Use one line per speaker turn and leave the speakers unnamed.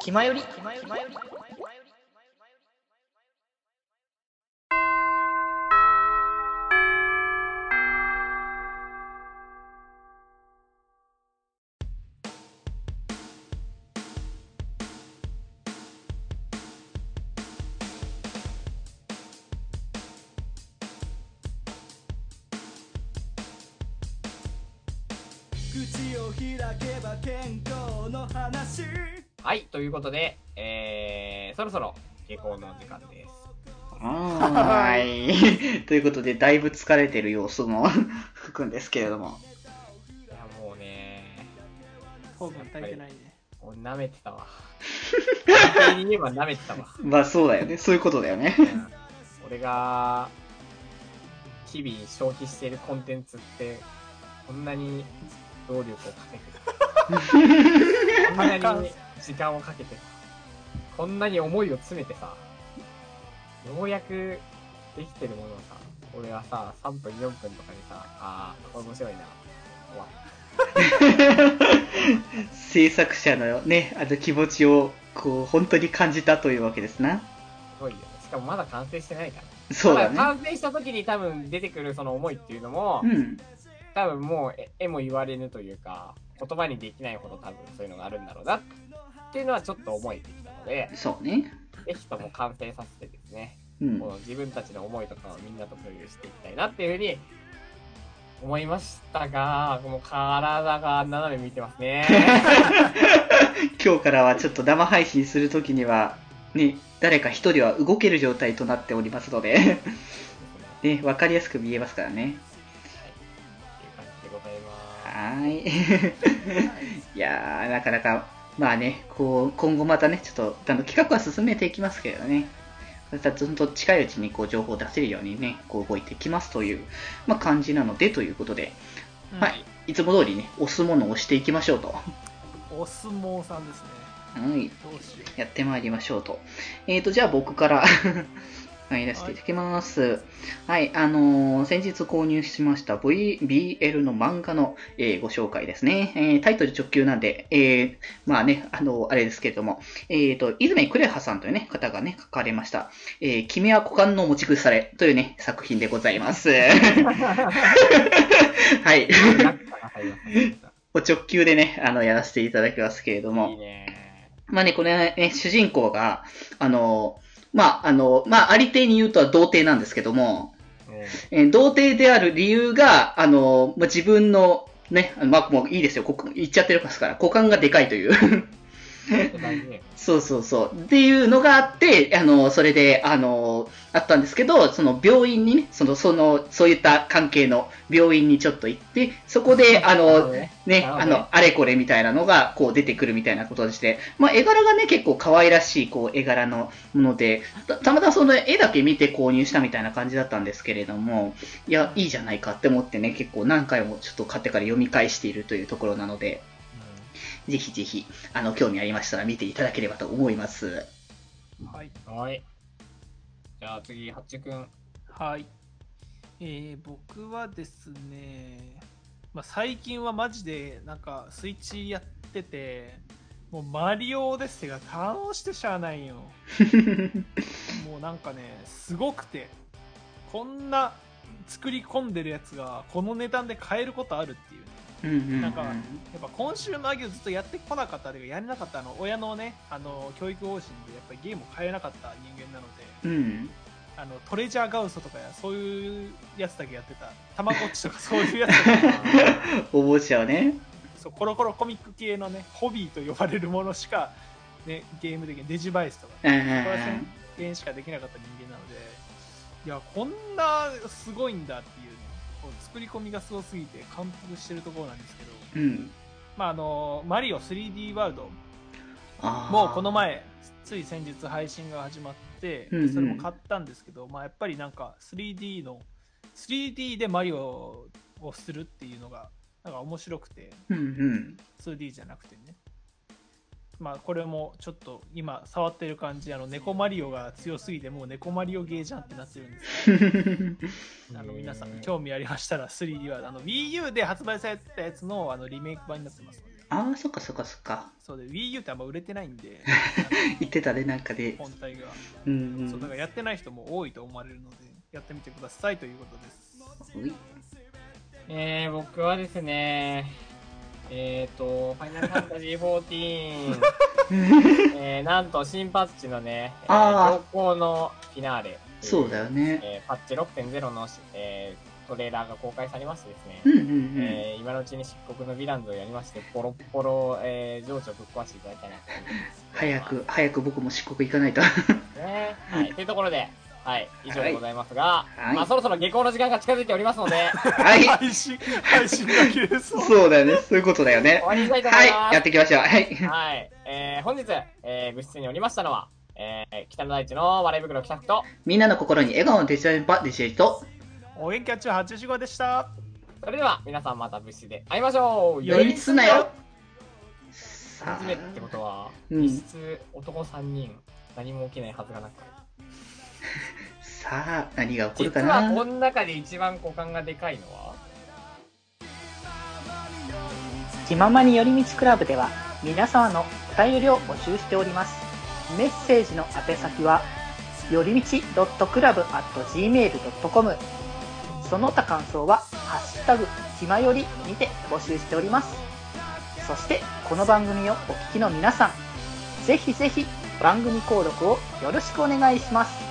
気まより
口を開けば健康の話
はい、ということで、えー、そろそろ下校の時間です。
はーい。ということで、だいぶ疲れてる様子も 吹くんですけれども。
いや、もうね、
フォーク足りてないね
もう舐めてた わ。簡単に言えば舐めてたわ。
まあそうだよね。そういうことだよね。
俺が、日々消費しているコンテンツって、こんなに労力をかけ て、こんなに時間をかけて、こんなに思いを詰めてさ、ようやくできてるものをさ、俺はさ、3分、4分とかにさ、ああ、面白いな、終わっ
制作者のね、あの気持ちを、こう、本当に感じたというわけです
た。
な。
すごいよね。しかもまだ完成してないから。
そうだ
ま
ね。
完成した時に多分出てくるその思いっていうのも、
うん。
多分もう絵も言われぬというか言葉にできないほど多分そういうのがあるんだろうなっていうのはちょっと思えてきたので
そうね。
ぜひとも完成させてですね
うん。
こう自分たちの思いとかをみんなと共有していきたいなっていうふうに思いましたがもう体が斜め見てます ね
今日からはちょっと生配信するときには、ね、誰か一人は動ける状態となっておりますので、ね、わかりやすく見えますからね。
っていう感じでございます
はー い。いやー、なかなか、まあね、こう、今後またね、ちょっと、あの、企画は進めていきますけどね。またずっと近いうちにこう情報を出せるようにね、こう動いていきますという、まあ、感じなのでということで、
うん
はい、いつも通りね、押すものを押していきましょうと、は
お相撲さんですね
い、
どうしよ
やってまいりましょうと。えーと、じゃあ僕から 入らせていただきます。はい、あのー先日購入しました VBL の漫画の、えーご紹介ですね。えータイトル直球なんで、えーまあね、あのーあれですけれども、えーと、泉クレハさんというね、方がね、書かれました、えー君は股間の持ち腐れというね、作品でござ います。 はい、
中から入ります
お直球でね、あの、やらせていただきますけれども
いい。ね
まあね、これはね、主人公が、あの、まあ、あの、まあ、ありていに言うとは童貞なんですけども、
うん
えー童貞である理由が、あの、まあ、自分の、ね、あのまあ、もういいですよ、こ言っちゃってるから股間がでかいという。
大事だよね
そうそうそう。っていうのがあって、あの、それで、あの、あったんですけど、その病院にね、その、その、そういった関係の病院にちょっと行って、そこで、
な
あ
る
の
ほど、ね
ね、
なるほ
あ
どね
の、あれこれみたいなのが、こう出てくるみたいなことでして、まあ、絵柄がね、結構可愛らしい、こう、絵柄のもので、たたまたまその絵だけ見て購入したみたいな感じだったんですけれども、いや、いいじゃないかって思ってね、結構何回もちょっと買ってから読み返しているというところなので、ぜひぜひ、あの、興味ありましたら見ていただければと思います。
うはい
うんはいじゃあ次八中くん
はいえー、僕はですね、まあ、最近はマジでなんかスイッチやっててもうマリオオデッセイが楽しくてしゃあないよもうなんかねすごくてこんな作り込んでるやつがこの値段で買えることあるっていうね
うんうんうん
なんかやっぱ今週の秋をずっとやってこなかったというかやれなかったあの親のねあの教育方針でやっぱりゲームを変えなかった人間なので
うん。
あのトレジャーガウスとかやそういうやつだけやってたたまごっちとかそういうやつだけ
お坊ちゃうね。
そうコロコロコミック系のねホビーと呼ばれるものしか、ね、ゲーム的にデジバイスとか、ね、
うんうん
これは宣言しかできなかった人間なのでいやこんなすごいんだっていうねこう作り込みがすごすぎて感服してるところなんですけど、
うん。うん
まあ、あのマリオ 3D ワールド
あー
もうこの前つい先日配信が始まって、
うんうん
それも買ったんですけど、まあ、やっぱりなんか 3D の 3D でマリオをするっていうのがなんか面白くて
うんうん。
2D じゃなくてねまあこれもちょっと今触ってる感じあの猫マリオが強すぎてもう猫マリオゲーじゃんってなってるんですけどあの皆さん興味ありましたら 3D はあの WiiU で発売されてたやつのあのリメイク版になってますので
ああ、そっかそっかそっか。
そうで WiiU ってあんま売れてないん で
言ってたね、なんかで。
本体が、
うんう。
そうんだからやってない人も多いと思われるのでやってみてくださいということです
うい
えー、僕はですね、えっ、ー、と、ファイナルファンタジー14、えー、なんと新パッチのね、え
あー
ー、上皇のフィナーレ。
そうだよね。
えーパッチ6.0の、えートレーラーが公開されましてですね、
うんうんうん。
えー今のうちに漆黒のヴィランズをやりまして、ボロッボロ、えー、情緒ぶっ壊していただきたいなと思います。
早く、早く僕も漆黒行かない と。
ね。はい、というところで、はい、以上でございますが、
はい
まあ、そろそろ下校の時間が近づいておりますの で、
はい。
配信配信が切れ そう
そうだよね。そういうことだよね
終。わりにしたいと思いま
はい。
す
やっ。ていきましょう。はい。
はい、えー、本日、えー、部室におりましたのは、えー、北の大地の笑い袋北区と、
みんなの心に笑顔のデジタルパデジェイと、
お元気あっちゅう85でした
それでは皆さんまた部室で会いましょう
よ
寄り道すんなよさ
初
あ
めってことは、
うん
実質男3人、何も起きないはずがなく、
さあ、何が起こ
実
るか
はこ
な
の中で一番股間がでかいのは、
気ままに寄り道クラブでは皆様のお便りを募集しておりますメッセージの宛先はよりみち .club.gmail.com その他感想は「ハッシュタグ気まより」にて募集しておりますそしてこの番組をお聞きの皆さんぜひぜひ番組購読をよろしくお願いします